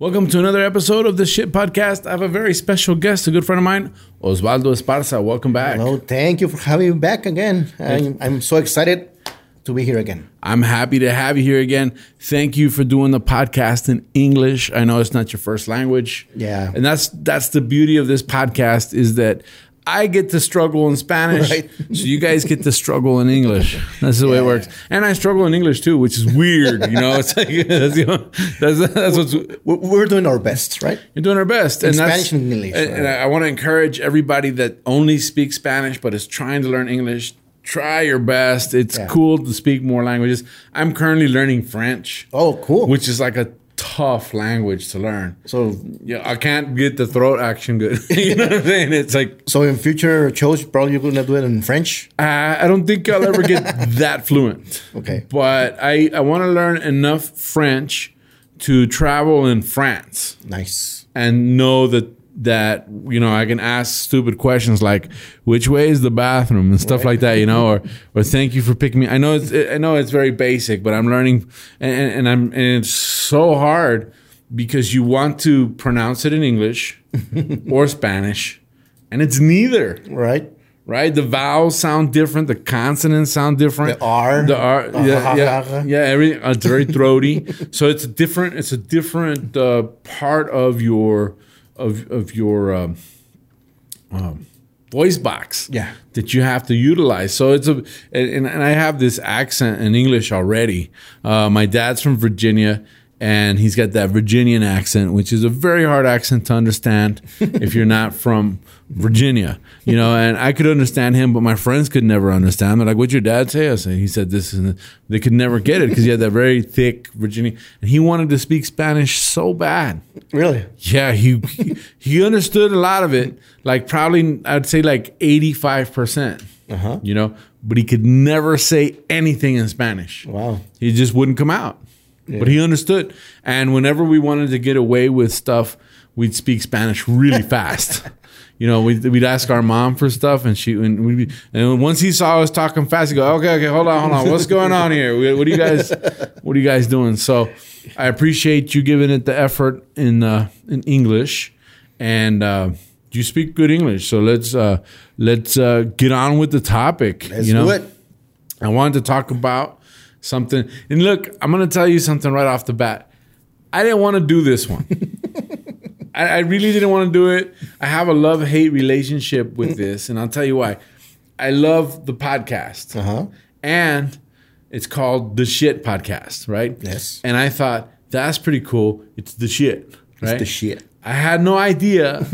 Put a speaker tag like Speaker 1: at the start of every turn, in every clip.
Speaker 1: Welcome to another episode of The Shit Podcast. I have a very special guest, a good friend of mine, Osvaldo Esparza. Welcome back.
Speaker 2: Hello, thank you for having me back again. I'm, I'm so excited to be here again.
Speaker 1: I'm happy to have you here again. Thank you for doing the podcast in English. I know it's not your first language.
Speaker 2: Yeah.
Speaker 1: And that's that's the beauty of this podcast is that I get to struggle in Spanish,
Speaker 2: Right.
Speaker 1: so you guys get to struggle in English. That's the way it works. And I struggle in English too, which is weird. You know, it's like that's, you know, that's, that's what's
Speaker 2: We're, we're doing our best, right?
Speaker 1: you're doing our best. And
Speaker 2: Spanish and English,
Speaker 1: And, and I want to encourage everybody that only speaks Spanish but is trying to learn English. Try your best. It's
Speaker 2: Yeah.
Speaker 1: cool to speak more languages. I'm currently learning French.
Speaker 2: Oh, cool.
Speaker 1: Which is like a tough language to learn.
Speaker 2: So,
Speaker 1: Yeah, I can't get the throat action good. you know what I'm saying? It's like
Speaker 2: so in future shows, probably you're gonna do it in French.
Speaker 1: uh, I don't think I'll ever get that fluent.
Speaker 2: Okay.
Speaker 1: But I I want to learn enough French to travel in France.
Speaker 2: Nice.
Speaker 1: and know that that you know I can ask stupid questions like which way is the bathroom and stuff like that, you know, or or thank you for picking me. I know it's I know it's very basic, but I'm learning and, and, and I'm and it's so hard because you want to pronounce it in English or Spanish, and it's neither
Speaker 2: Right?
Speaker 1: right? The vowels sound different. The consonants sound different.
Speaker 2: The R.
Speaker 1: the R,
Speaker 2: Uh,
Speaker 1: yeah,
Speaker 2: uh,
Speaker 1: yeah,
Speaker 2: uh.
Speaker 1: yeah. Every uh, it's very throaty. so it's a different. It's a different uh, part of your of of your um, um, voice box.
Speaker 2: Yeah.
Speaker 1: that you have to utilize. So it's a and, and I have this accent in English already. Uh, my dad's from Virginia. And he's got that Virginian accent, which is a very hard accent to understand if you're not from Virginia, you know, and I could understand him, but my friends could never understand. They're like, "What'd your dad say?" I said, "He said this," and that." they could never get it because he had that very thick Virginia, and he wanted to speak Spanish so bad.
Speaker 2: Really?
Speaker 1: Yeah, he he- he understood a lot of it, like probably I'd say like eighty five percent, you know, but he could never say anything in Spanish.
Speaker 2: Wow.
Speaker 1: He just wouldn't come out. But he understood. And whenever we wanted to get away with stuff, we'd speak Spanish really fast. You know, we'd, we'd ask our mom for stuff, and she and we'd be, and once he saw us talking fast, he'd go, "Okay, okay, hold on, hold on, what's going on here? What- What are you guys, what are you guys doing?" So, I appreciate you giving it the effort in uh, in English, and uh, you speak good English. So let's uh, let's uh, get on with the topic.
Speaker 2: Let's
Speaker 1: you know?
Speaker 2: do it.
Speaker 1: I wanted to talk about something. And look, I'm going to tell you something right off the bat. I didn't want to do this one. I, I really didn't want to do it. I have a love hate relationship with this, and I'll tell you why. I love the podcast.
Speaker 2: Uh-huh.
Speaker 1: And it's called The Shit Podcast, right?
Speaker 2: Yes.
Speaker 1: And I thought, that's pretty cool. It's the shit, right?
Speaker 2: The shit.
Speaker 1: I had no idea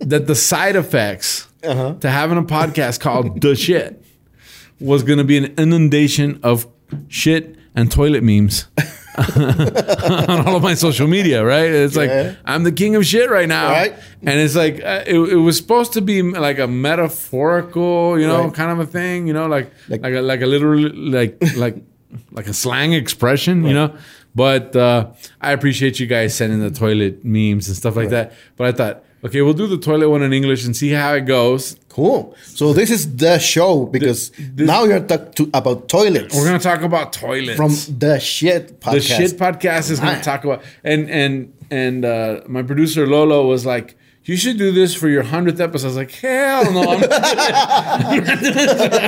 Speaker 1: that the side effects to having a podcast called The Shit was going to be an inundation of shit and toilet memes on all of my social media, right? It's
Speaker 2: Yeah.
Speaker 1: like, I'm the king of shit right now.
Speaker 2: Right.
Speaker 1: Um, And it's like, uh, it, it was supposed to be like a metaphorical, you know,
Speaker 2: Right.
Speaker 1: kind of a thing, you know, like, like,
Speaker 2: Like-
Speaker 1: a, like a literal, like, like, like a slang expression, you know? But uh, I appreciate you guys sending the toilet memes and stuff like that. But I thought, okay, we'll do the toilet one in English and see how it goes.
Speaker 2: Cool. So this is the show because now you're talking to, about toilets
Speaker 1: We're gonna talk about toilets.
Speaker 2: from the shit podcast.
Speaker 1: the shit podcast is gonna
Speaker 2: Ah.
Speaker 1: talk about and and and uh, my producer Lolo was like, "You should do this for your hundredth episode." I was like, "Hell no!" I'm not doing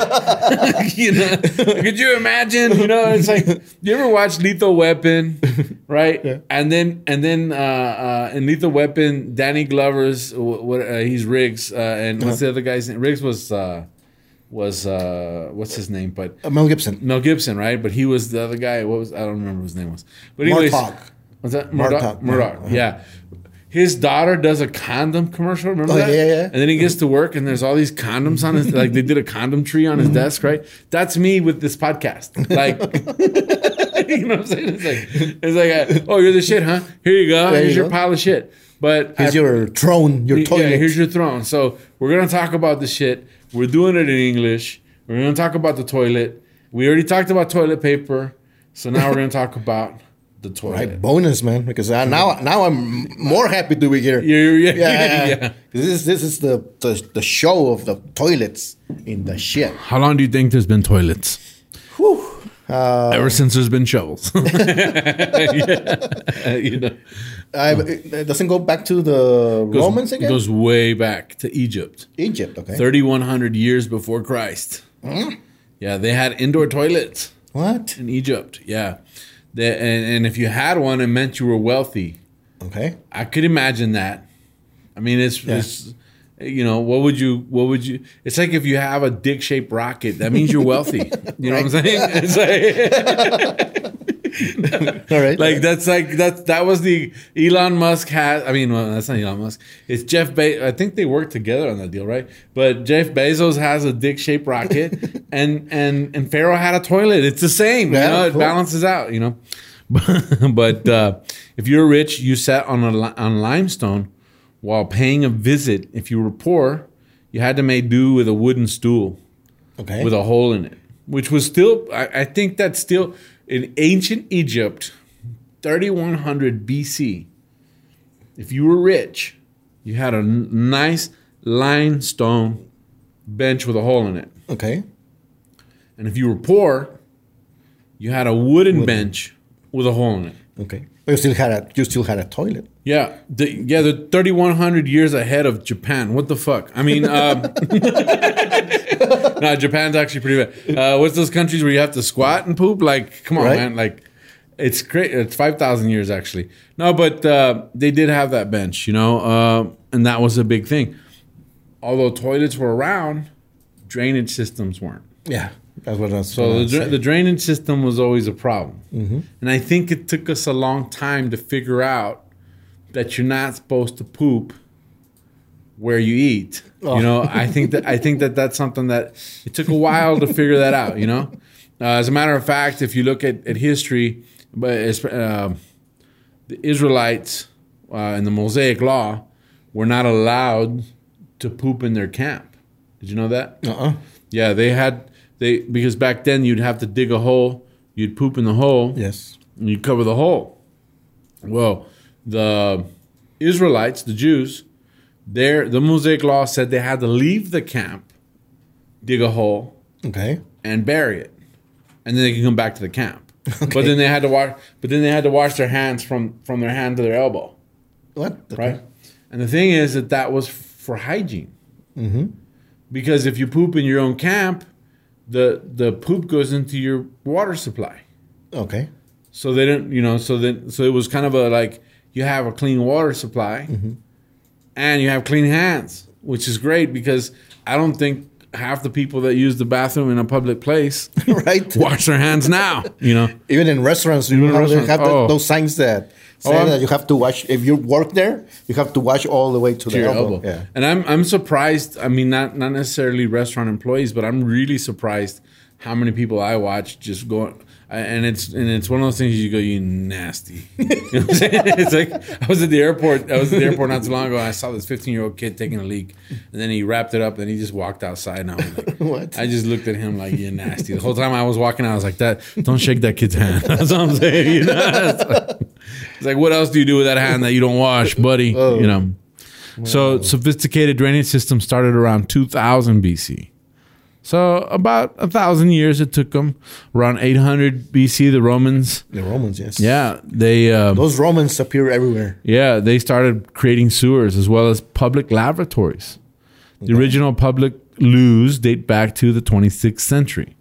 Speaker 1: it." you know, could you imagine? You know, it's like you ever watch Lethal Weapon, right? And then and then uh, uh, in Lethal Weapon, Danny Glover's wh- what uh, he's Riggs, uh, and what's the other guy's name? Riggs was. Uh, was uh what's his name? But
Speaker 2: Uh, Mel Gibson.
Speaker 1: Mel Gibson, right? But he was the other guy. What was I don't remember what his name was. But anyways,
Speaker 2: Murtaugh.
Speaker 1: was that Murdoch?
Speaker 2: Murtaugh, Uh-huh.
Speaker 1: Murdoch, yeah. His daughter does a condom commercial. Remember
Speaker 2: Oh,
Speaker 1: that?
Speaker 2: yeah, yeah.
Speaker 1: And then he gets to work, and there's all these condoms on his. like they did a condom tree on his
Speaker 2: Mm-hmm.
Speaker 1: desk, right? That's me with this podcast. Like, you know what I'm saying? It's like, it's like, uh, oh, you're the shit, huh? Here you go.
Speaker 2: There
Speaker 1: here's
Speaker 2: you
Speaker 1: your
Speaker 2: go.
Speaker 1: pile of shit. But I
Speaker 2: Here's your throne, your
Speaker 1: yeah,
Speaker 2: toilet.
Speaker 1: here's your throne. So we're gonna talk about the shit. We're doing it in English. We're going to talk about the toilet. We already talked about toilet paper. So now we're going to talk about the toilet.
Speaker 2: Right, bonus, man. Because I, now, now I'm more happy to be here.
Speaker 1: You're- yeah,
Speaker 2: yeah, yeah.
Speaker 1: yeah.
Speaker 2: 'Cause This is this is the, the the show of the toilets in the shit.
Speaker 1: How long do you think there's been toilets?
Speaker 2: Uh,
Speaker 1: Ever since there's been shovels. Yeah. You know,
Speaker 2: I, it it doesn't go back to the
Speaker 1: Hmm. goes-
Speaker 2: Romans again.
Speaker 1: goes way back to Egypt.
Speaker 2: Egypt, okay. Hmm?
Speaker 1: 3,100 years before Christ. Yeah, they had indoor toilets
Speaker 2: What?
Speaker 1: in Egypt. Yeah. They, and, and if you had one, it meant you were wealthy.
Speaker 2: Okay.
Speaker 1: I could imagine that. I mean, it's, it's you know, what would you, what would you, it's like if you have a dick shaped rocket, that means you're wealthy. You know what I'm saying? It's like,
Speaker 2: All right.
Speaker 1: like that's like that that was the Elon Musk has I mean well, that's not Elon Musk it's Jeff Be- I think they worked together on that deal right but Jeff Bezos has a dick shaped rocket and and and Pharaoh had a toilet it's the same
Speaker 2: Yeah,
Speaker 1: you know it
Speaker 2: cool.
Speaker 1: balances out you know but uh, if you're rich you sat on a li- on limestone while paying a visit if you were poor you had to make do with a wooden stool
Speaker 2: okay.
Speaker 1: with a hole in it, which was still, I, I think that's still in ancient Egypt, 3100 BC. If you were rich, you had a n- nice limestone bench with a hole in it.
Speaker 2: okay.
Speaker 1: And if you were poor, you had a wooden, bench with a hole in it.
Speaker 2: Okay. But you still had a you still had a toilet.
Speaker 1: Yeah, the, yeah, they're 3100 years ahead of Japan. What the fuck? I mean, um, no, Japan's actually pretty bad. Uh, what's those countries where you have to squat and poop? Like, come on,
Speaker 2: Right.
Speaker 1: man. Like, it's great. It's 5,000 years, actually. No, but uh, they did have that bench, you know, uh, and that was a big thing. Although toilets were around, drainage systems weren't.
Speaker 2: Yeah. That's what I was
Speaker 1: So
Speaker 2: gonna
Speaker 1: the, dra-
Speaker 2: say. Mm-hmm.
Speaker 1: the drainage system was always a problem. And I think it took us a long time to figure out that you're not supposed to poop where you eat.
Speaker 2: Oh.
Speaker 1: You know, I think that I think that that's something that it took a while to figure that out, you know? Uh, as a matter of fact, if you look at, at history, but it's, um the Israelites uh, in the Mosaic Law were not allowed to poop in their camp. Did you know that?
Speaker 2: Uh-uh.
Speaker 1: Yeah, they had they because back then you'd have to dig a hole, you'd poop in the hole,
Speaker 2: Yes.
Speaker 1: and you'd cover the hole. Well, the Israelites, the Jews, their the Mosaic law said they had to leave the camp, dig a hole,
Speaker 2: Okay.
Speaker 1: and bury it, and then they could come back to the camp. But then they had to wash. But then they had to wash their hands from from their hand to their elbow
Speaker 2: What? The-
Speaker 1: right? And the thing is that that was for hygiene, because if you poop in your own camp, the the poop goes into your water supply.
Speaker 2: Okay.
Speaker 1: So they didn't, you know, so then so it was kind of a like you have a clean water supply, and you have clean hands, which is great because I don't think half the people that use the bathroom in a public place
Speaker 2: right.
Speaker 1: wash their hands now, you know.
Speaker 2: Even in restaurants, you
Speaker 1: in
Speaker 2: have, they
Speaker 1: restaurants,
Speaker 2: have the-
Speaker 1: oh.
Speaker 2: those signs that say
Speaker 1: I'm-
Speaker 2: that you have to wash. If you work there, you have to wash all the way to, the
Speaker 1: to your
Speaker 2: elbow.
Speaker 1: elbow.
Speaker 2: Yeah.
Speaker 1: And I'm I'm surprised. I mean, not not necessarily restaurant employees, but I'm really surprised how many people I watch just going. And it's and it's one of those things you go, you nasty. You know what I'm saying? it's like I was at the airport. I was at the airport not too long ago. and I saw this 15 year old kid taking a leak, and then he wrapped it up, and he just walked outside. And I was like,
Speaker 2: What?
Speaker 1: I just looked at him like you're nasty. The whole time I was walking out, I was like, "That don't shake that kid's hand." That's what I'm saying. You know? It's like- it's like, what else do you do with that hand that you don't wash, buddy? You know. So sophisticated drainage systems started around 2000 BC. So about a thousand years it took them. Around 800 BC, the Romans,
Speaker 2: The Romans, yes.
Speaker 1: yeah, they um,
Speaker 2: Those Romans appear everywhere.
Speaker 1: yeah, they started creating sewers as well as public lavatories. The original public loos date back to the 26th century.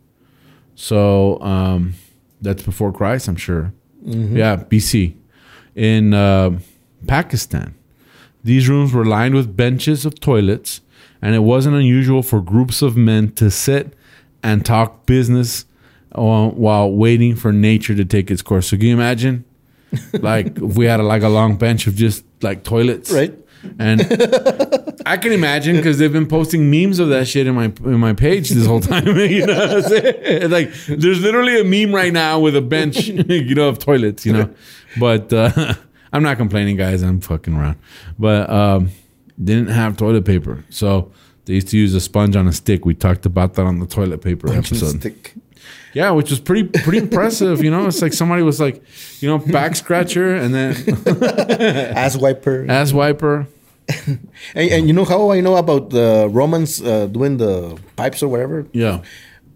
Speaker 1: So um, that's before Christ, I'm sure. Yeah, BC. In uh, Pakistan, these rooms were lined with benches of toilets, and it wasn't unusual for groups of men to sit and talk business uh, while waiting for nature to take its course. So, can you imagine? like if we had a, like a long bench of just like toilets,
Speaker 2: Right.
Speaker 1: And I can imagine because they've been posting memes of that shit in my in my page this whole time. you know, what I'm saying? like there's literally a meme right now with a bench, you know, of toilets. You know, but uh, I'm not complaining, guys. I'm fucking around, but um, didn't have toilet paper, so They used to use a sponge on a stick. We talked about that on the toilet paper episode.
Speaker 2: Stick.
Speaker 1: Yeah, which was pretty pretty impressive. You know, it's like somebody was like, you know, back scratcher and then
Speaker 2: Ass wiper.
Speaker 1: ass wiper.
Speaker 2: And, and you know how I know about the Romans uh, doing the pipes or whatever?
Speaker 1: Yeah.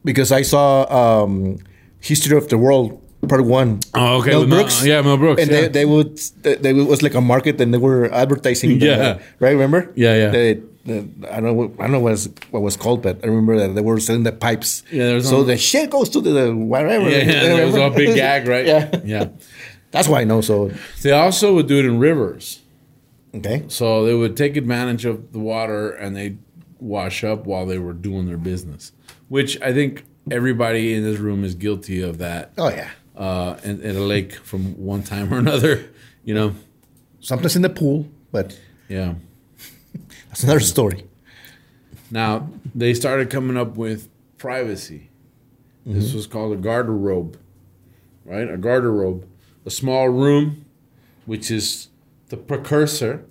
Speaker 2: Because I saw um, History of the World Part One.
Speaker 1: Oh, okay.
Speaker 2: Mel
Speaker 1: with Mel- yeah, Mel Brooks,
Speaker 2: And
Speaker 1: yeah.
Speaker 2: they, they would they, they would- was like a market, and they were advertising. The,
Speaker 1: Yeah.
Speaker 2: Right. Remember?
Speaker 1: Yeah, yeah.
Speaker 2: They, the- I don't know. what- I don't know what it's- what was called, but I remember that they were selling the pipes.
Speaker 1: Yeah, there was
Speaker 2: so
Speaker 1: one-
Speaker 2: the shit goes to the, the whatever.
Speaker 1: Yeah, yeah. That was all big gag, right?
Speaker 2: Yeah.
Speaker 1: Yeah.
Speaker 2: That's why I know. So
Speaker 1: They also would do it in rivers.
Speaker 2: okay.
Speaker 1: So they would take advantage of the water and they wash up while they were doing their business, which I think everybody in this room is guilty of that
Speaker 2: Oh yeah.
Speaker 1: uh, in, in a lake from one time or another. You know,
Speaker 2: Sometimes in the pool, but
Speaker 1: yeah.
Speaker 2: that's another story.
Speaker 1: Now they started coming up with privacy. This was called a garderobe, right? A garderobe, a small room, which is the precursor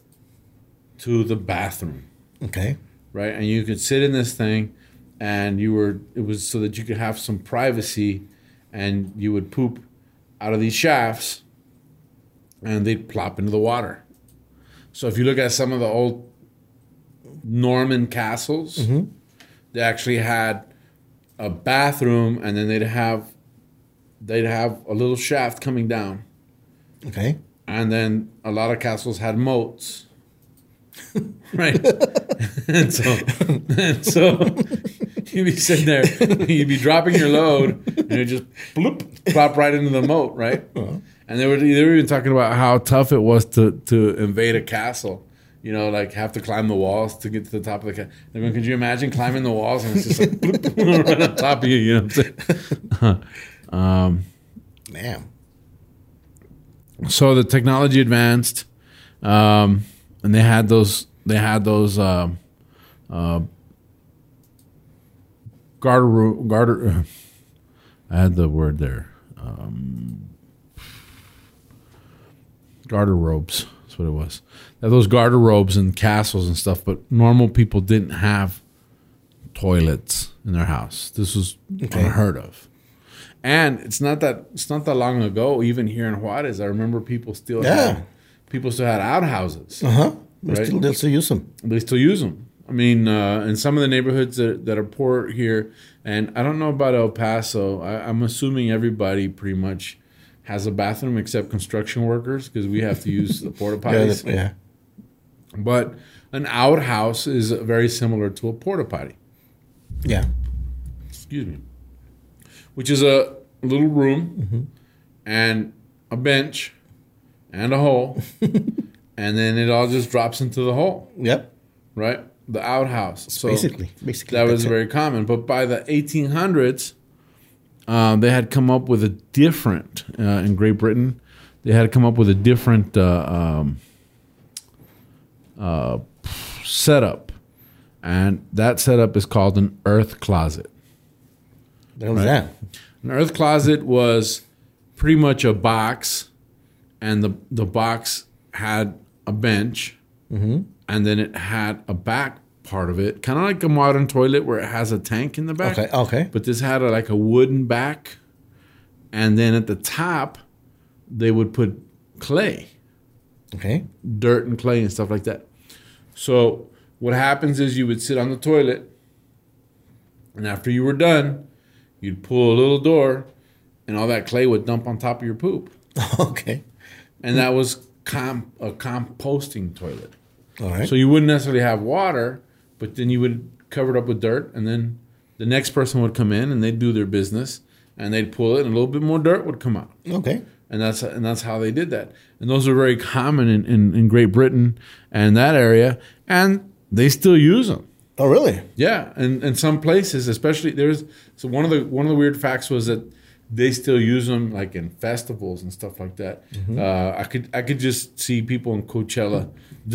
Speaker 1: to the bathroom.
Speaker 2: Okay.
Speaker 1: right? And you could sit in this thing, and you were it was so that you could have some privacy, and you would poop out of these shafts, and they'd plop into the water. So if you look at some of the old Norman castles, they actually had a bathroom, and then they'd have they'd have a little shaft coming down,
Speaker 2: Okay.
Speaker 1: and then a lot of castles had moats. right. and so, and so you'd be sitting there, you'd be dropping your load, and it just bloop, plop right into the moat, right? And they were they were even talking about how tough it was to to invade a castle. You know, like have to climb the walls to get to the top of the castle. They're going, could you imagine climbing the walls and it's just like bloop, right on top of you? You know what I'm saying?
Speaker 2: Damn.
Speaker 1: so the technology advanced, um, and they had those they had those um, uh, garter roo- garter. Uh, I had the word there. Um, garter robes. That's what it was. They had those garter robes and castles and stuff, but normal people didn't have toilets in their house. This was unheard of. And it's not that it's not that long ago, even here in Juarez, I remember people still
Speaker 2: Yeah.
Speaker 1: had people still had outhouses.
Speaker 2: Uh huh. We
Speaker 1: Uh-huh. Right.
Speaker 2: still they still use them.
Speaker 1: They still use them. I mean, uh, in some of the neighborhoods that, that are poor here, and I don't know about El Paso. I, I'm assuming everybody pretty much has a bathroom except construction workers because we have to use the porta
Speaker 2: Yeah,
Speaker 1: potties.
Speaker 2: that- yeah.
Speaker 1: But an outhouse is very similar to a porta potty.
Speaker 2: Yeah.
Speaker 1: excuse me, which is a little room and a bench and a hole, and then it all just drops into the hole,
Speaker 2: Yep.
Speaker 1: right? The outhouse. So
Speaker 2: basically, basically.
Speaker 1: that was
Speaker 2: that's it.
Speaker 1: very common. But by the 1800s, um, they had come up with a different uh, in Great Britain. They had come up with a different uh, um, uh, setup, and that setup is called an earth closet.
Speaker 2: That was that.
Speaker 1: An earth closet was pretty much a box, and the the box had a bench, and then it had a back part of it, kind of like a modern toilet where it has a tank in the back.
Speaker 2: Okay. Okay.
Speaker 1: But this had a, like a wooden back, and then at the top, they would put clay
Speaker 2: Okay.
Speaker 1: dirt and clay and stuff like that. So what happens is you would sit on the toilet, and after you were done, you'd pull a little door, and all that clay would dump on top of your poop,
Speaker 2: Okay.
Speaker 1: and that was com- a composting toilet.
Speaker 2: All right.
Speaker 1: So you wouldn't necessarily have water, but then you would cover it up with dirt, and then the next person would come in and they'd do their business, and they'd pull it, and a little bit more dirt would come out
Speaker 2: okay.
Speaker 1: and that's and that's how they did that. And those are very common in, in, in Great Britain and that area, and they still use them.
Speaker 2: Oh, really?
Speaker 1: Yeah, and in some places, especially there's so one of the one of the weird facts was that they still use them like in festivals and stuff like that.
Speaker 2: Mm-hmm.
Speaker 1: Uh, I could I could just see people in Coachella,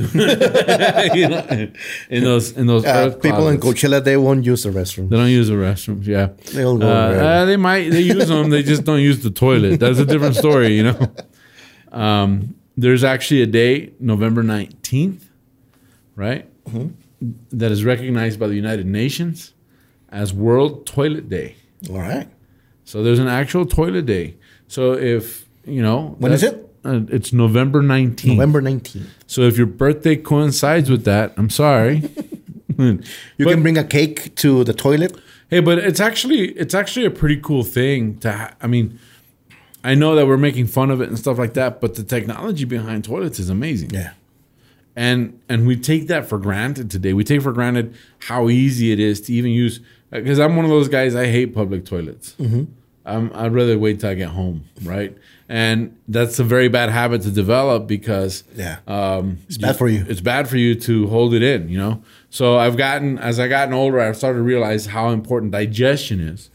Speaker 1: you know, in those in those
Speaker 2: Uh,
Speaker 1: earth
Speaker 2: people in
Speaker 1: closets.
Speaker 2: Coachella they won't use the restroom.
Speaker 1: They don't use the restrooms. Yeah,
Speaker 2: They all go
Speaker 1: Uh,
Speaker 2: over there.
Speaker 1: uh, they might. They use them. they just don't use the toilet. That's a different story, you know.
Speaker 2: Mm-hmm.
Speaker 1: Um, there's actually a day, November nineteenth, right? that is recognized by the United Nations as World Toilet Day.
Speaker 2: All right.
Speaker 1: So there's an actual toilet day. So if you know
Speaker 2: When is
Speaker 1: that's-
Speaker 2: it?
Speaker 1: Uh, it's November nineteenth.
Speaker 2: November 19th.
Speaker 1: So if your birthday coincides with that, I'm sorry.
Speaker 2: You
Speaker 1: But-
Speaker 2: can bring a cake to the toilet.
Speaker 1: Hey, but it's actually it's actually a pretty cool thing to. Ha- I mean, I know that we're making fun of it and stuff like that, but the technology behind toilets is amazing.
Speaker 2: Yeah.
Speaker 1: and and we take that for granted today. We take for granted how easy it is to even use. Because I'm one of those guys. I hate public toilets.
Speaker 2: Mm-hmm.
Speaker 1: Um, I'd rather wait till I get home, right? And that's a very bad habit to develop because
Speaker 2: Yeah.
Speaker 1: um, it's
Speaker 2: bad for you.
Speaker 1: It's bad for you to hold it in, you know. So I've gotten as I gotten older, I've started to realize how important digestion is,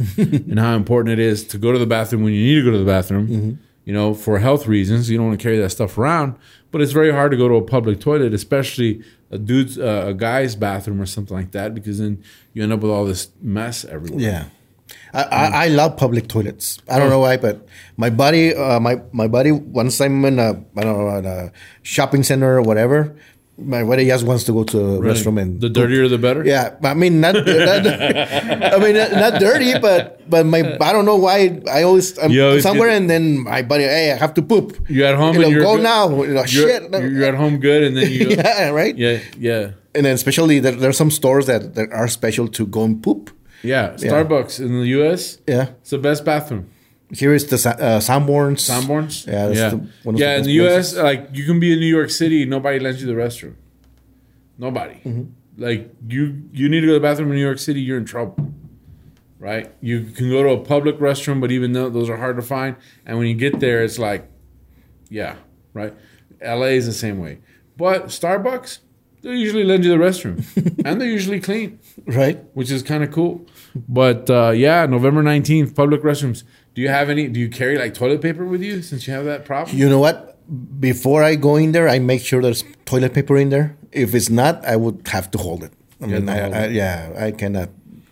Speaker 1: and how important it is to go to the bathroom when you need to go to the bathroom.
Speaker 2: Mm-hmm.
Speaker 1: You know, for health reasons, you don't want to carry that stuff around. But it's very hard to go to a public toilet, especially a dude's uh, a guy's bathroom or something like that, because then you end up with all this mess everywhere.
Speaker 2: Yeah. I, I, I love public toilets. I don't know why, but my buddy, uh, my my buddy, once I'm in a I don't know at a shopping center or whatever, my buddy just wants to go to a
Speaker 1: Really.
Speaker 2: restroom and
Speaker 1: the dirtier the better.
Speaker 2: yeah. I mean not, not I mean not, not dirty, but but my I don't know why I always I'm
Speaker 1: You always
Speaker 2: somewhere
Speaker 1: get-
Speaker 2: and then my buddy hey I have to poop.
Speaker 1: You're at home
Speaker 2: You know,
Speaker 1: and you're
Speaker 2: go
Speaker 1: good-
Speaker 2: now. You know,
Speaker 1: You're,
Speaker 2: shit.
Speaker 1: you're at home good, and then you go,
Speaker 2: yeah, right.
Speaker 1: yeah, yeah.
Speaker 2: And then especially there, there are some stores that, that are special to go and poop.
Speaker 1: Yeah, Starbucks in the U.S.
Speaker 2: Yeah.
Speaker 1: it's the best bathroom.
Speaker 2: Here is the Sa- uh, Sanborns.
Speaker 1: Sanborns.
Speaker 2: Yeah, that's
Speaker 1: yeah,
Speaker 2: the- one of
Speaker 1: yeah.
Speaker 2: the
Speaker 1: in
Speaker 2: best
Speaker 1: the U.S., like you can be in New York City, nobody lends you the restroom. Nobody.
Speaker 2: Mm-hmm.
Speaker 1: Like you, you need to go to the bathroom in New York City, you're in trouble. Right? You can go to a public restroom, but even though those are hard to find, and when you get there, it's like, yeah, right. L.A. is the same way, but Starbucks, they usually lend you the restroom, and they're usually clean
Speaker 2: Right.
Speaker 1: which is kind of cool. But uh, yeah, November nineteenth, public restrooms. Do you have any? Do you carry like toilet paper with you since you have that problem?
Speaker 2: You know what? Before I go in there, I make sure there's toilet paper in there. If it's not, I would have to hold it. I mean,
Speaker 1: to
Speaker 2: I,
Speaker 1: hold
Speaker 2: I, yeah, I cannot,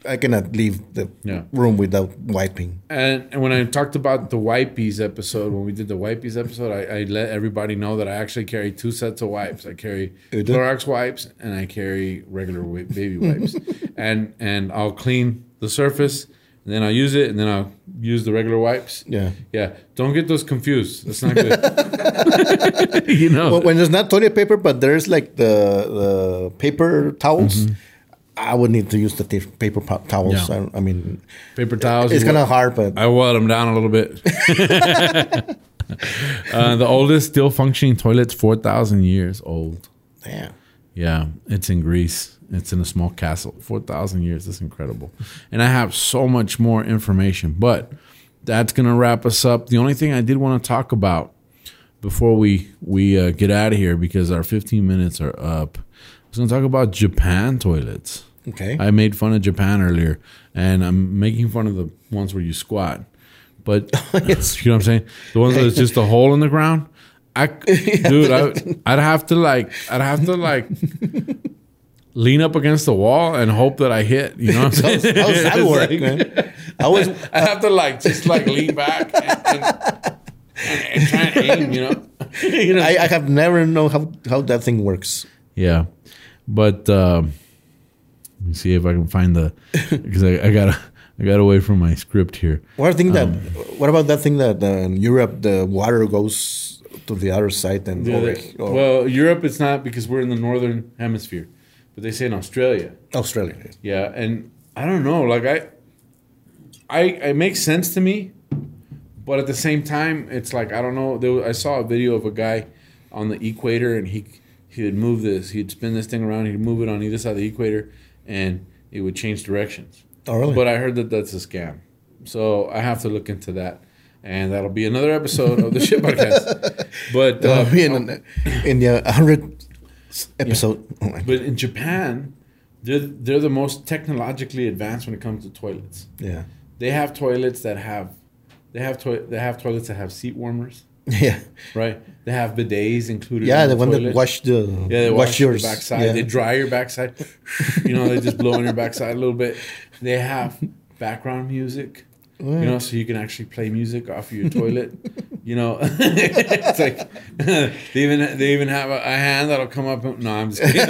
Speaker 2: I cannot leave the
Speaker 1: Yeah.
Speaker 2: room without wiping.
Speaker 1: And, and when I talked about the wipies episode, when we did the wipies episode, I, I let everybody know that I actually carry two sets of wipes. I carry
Speaker 2: You do?
Speaker 1: Clorox wipes and I carry regular wi- baby wipes. and and I'll clean the surface, and then I'll use it, and then I'll use the regular wipes.
Speaker 2: Yeah.
Speaker 1: Yeah. Don't get those confused. That's not good. you know.
Speaker 2: But when there's not toilet paper, but there's like the the paper towels, I would need to use the ta- paper po- towels.
Speaker 1: Mm-hmm. Yeah.
Speaker 2: I, I mean,
Speaker 1: paper towels.
Speaker 2: it's
Speaker 1: you
Speaker 2: kind of hard, but
Speaker 1: I water them down a little bit. uh, the oldest still functioning toilet's 4,000 years old.
Speaker 2: yeah.
Speaker 1: Yeah, it's in Greece. It's in a small castle. 4,000 years. That's incredible. And I have so much more information, but that's going to wrap us up. The only thing I did want to talk about before we, we uh, get out of here, because our 15 minutes are up, I was going to talk about Japan toilets.
Speaker 2: Okay.
Speaker 1: I made fun of Japan earlier, and I'm making fun of the ones where you squat. But
Speaker 2: Yes.
Speaker 1: you know what I'm saying? The ones where it's just a hole in the ground. I, c- dude, I, I'd have to like, I'd have to like, lean up against the wall and hope that I hit. You know what I'm
Speaker 2: How's,
Speaker 1: saying?
Speaker 2: how's that
Speaker 1: It's
Speaker 2: work,
Speaker 1: like-
Speaker 2: man? I was
Speaker 1: I'd have to like just like lean back and, and, and, and try and aim. You know? you know?
Speaker 2: I, I have never know how, how that thing works.
Speaker 1: Yeah, but um, let me see if I can find the because I, I got I got away from my script here.
Speaker 2: What thing
Speaker 1: Um,
Speaker 2: that? what about that thing that uh, in Europe the water goes to the other side and over, or
Speaker 1: Oh, Well, Europe it's not because we're in the northern hemisphere, but they say in Australia.
Speaker 2: Australia?
Speaker 1: Yeah, and I don't know. Like I, I it makes sense to me, but at the same time, it's like I don't know. There was, I saw a video of a guy on the equator, and he he would move this. He'd spin this thing around. He'd move it on either side of the equator, and it would change directions.
Speaker 2: Oh, really?
Speaker 1: But I heard that that's a scam, so I have to look into that. And that'll be another episode of the shit podcast. But
Speaker 2: Uh,
Speaker 1: uh,
Speaker 2: in, in the hundred episode, Oh my-
Speaker 1: but in Japan, they're they're the most technologically advanced when it comes to toilets.
Speaker 2: yeah,
Speaker 1: They have toilets that have they have toi- they have toilets that have seat warmers,
Speaker 2: yeah,
Speaker 1: right? They have bidets included.
Speaker 2: yeah.
Speaker 1: in
Speaker 2: The one that
Speaker 1: toilet.
Speaker 2: wash the
Speaker 1: yeah, they wash,
Speaker 2: wash yours
Speaker 1: your backside.
Speaker 2: Yeah.
Speaker 1: They dry your backside. you know, they just blow on your backside a little bit. They have background music. You know, so you can actually play music off your toilet. You know, it's like they even they even have a, a hand that'll come up. No, I'm just kidding.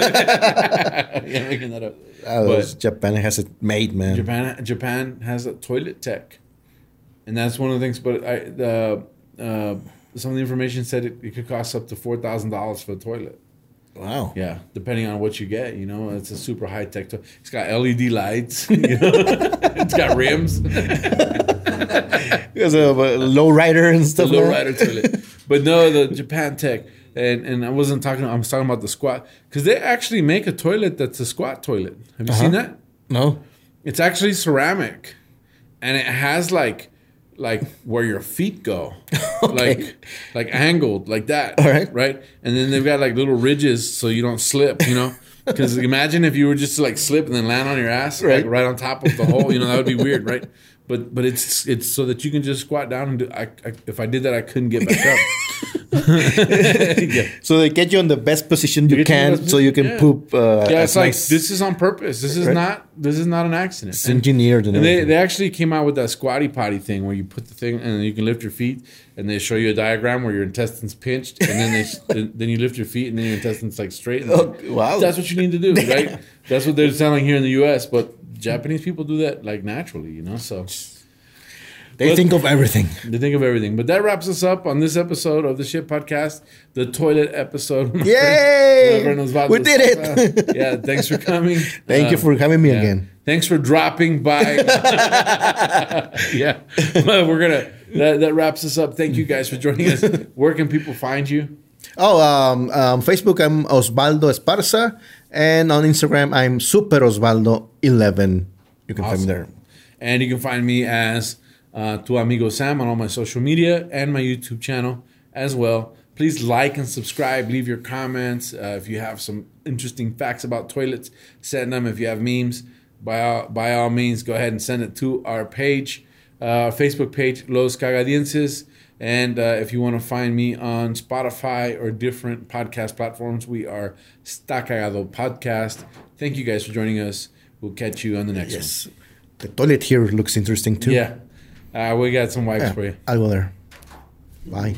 Speaker 1: yeah, making that up.
Speaker 2: Oh,
Speaker 1: But-
Speaker 2: those- Japan has it made, man.
Speaker 1: Japan Japan has a toilet tech, and that's one of the things. But I the uh, some of the information said it, it could cost up to four thousand dollars for a toilet.
Speaker 2: Wow.
Speaker 1: Yeah, depending on what you get, you know, it's a super high tech. To- it's got LED lights. You know? it's got rims.
Speaker 2: Because of a low rider and stuff.
Speaker 1: the low
Speaker 2: like that.
Speaker 1: rider toilet. But no, the Japan Tech, and and I wasn't talking. I was talking about the squat because they actually make a toilet that's a squat toilet. Have you seen that?
Speaker 2: No.
Speaker 1: It's actually ceramic, and it has like like where your feet go, like like angled like that.
Speaker 2: All right.
Speaker 1: right. And then they've got like little ridges so you don't slip. You know. Because imagine if you were just to like slip and then land on your ass,
Speaker 2: Right.
Speaker 1: like right on top of the hole. You know that would be weird, right? But but it's it's so that you can just squat down and do. I, I, if I did that, I couldn't get back up. yeah.
Speaker 2: So they get you in the best position
Speaker 1: get
Speaker 2: you
Speaker 1: you in
Speaker 2: can,
Speaker 1: the best
Speaker 2: so you can
Speaker 1: position, yeah.
Speaker 2: poop. Uh,
Speaker 1: yeah,
Speaker 2: as
Speaker 1: it's like
Speaker 2: nice-
Speaker 1: this is on purpose. This is
Speaker 2: Right.
Speaker 1: not. This is not an accident.
Speaker 2: It's engineered and
Speaker 1: And they,
Speaker 2: everything.
Speaker 1: they actually came out with that squatty potty thing where you put the thing and you can lift your feet, and they show you a diagram where your intestines pinched, and then they then- then you lift your feet, and then your intestines like straight. and-
Speaker 2: Oh, wow.
Speaker 1: that's what you need to do, right? that's what they're selling here in the U.S. But Japanese people do that like naturally, you know. So
Speaker 2: They
Speaker 1: But-
Speaker 2: think of everything.
Speaker 1: they think of everything. But that wraps us up on this episode of the Shit Podcast, the toilet episode.
Speaker 2: Yay! We did it.
Speaker 1: Uh, yeah, thanks for coming.
Speaker 2: Thank you
Speaker 1: Uh,
Speaker 2: for having me
Speaker 1: yeah.
Speaker 2: again.
Speaker 1: Thanks for dropping by. yeah, Well, we're gonna. That, that wraps us up. Thank you guys for joining us. Where can people find you?
Speaker 2: Oh, um, um, Facebook, I'm Osvaldo Esparza. And on Instagram, I'm Super Osvaldo11. You can find me there.
Speaker 1: And you can find me as uh, Tu Amigo Sam on all my social media and my YouTube channel as well. Please like and subscribe. Leave your comments. Uh, if you have some interesting facts about toilets, send them. If you have memes, by all, by all means, go ahead and send it to our page, uh, our Facebook page, Los Cagadienses. And uh, if you want to find me on Spotify or different podcast platforms, we are Sta Cagado Podcast. Thank you guys for joining us. We'll catch you on the next one.
Speaker 2: Yes. The toilet here looks interesting too.
Speaker 1: Yeah. Uh, we got some wipes for you.
Speaker 2: I'll go there. Bye.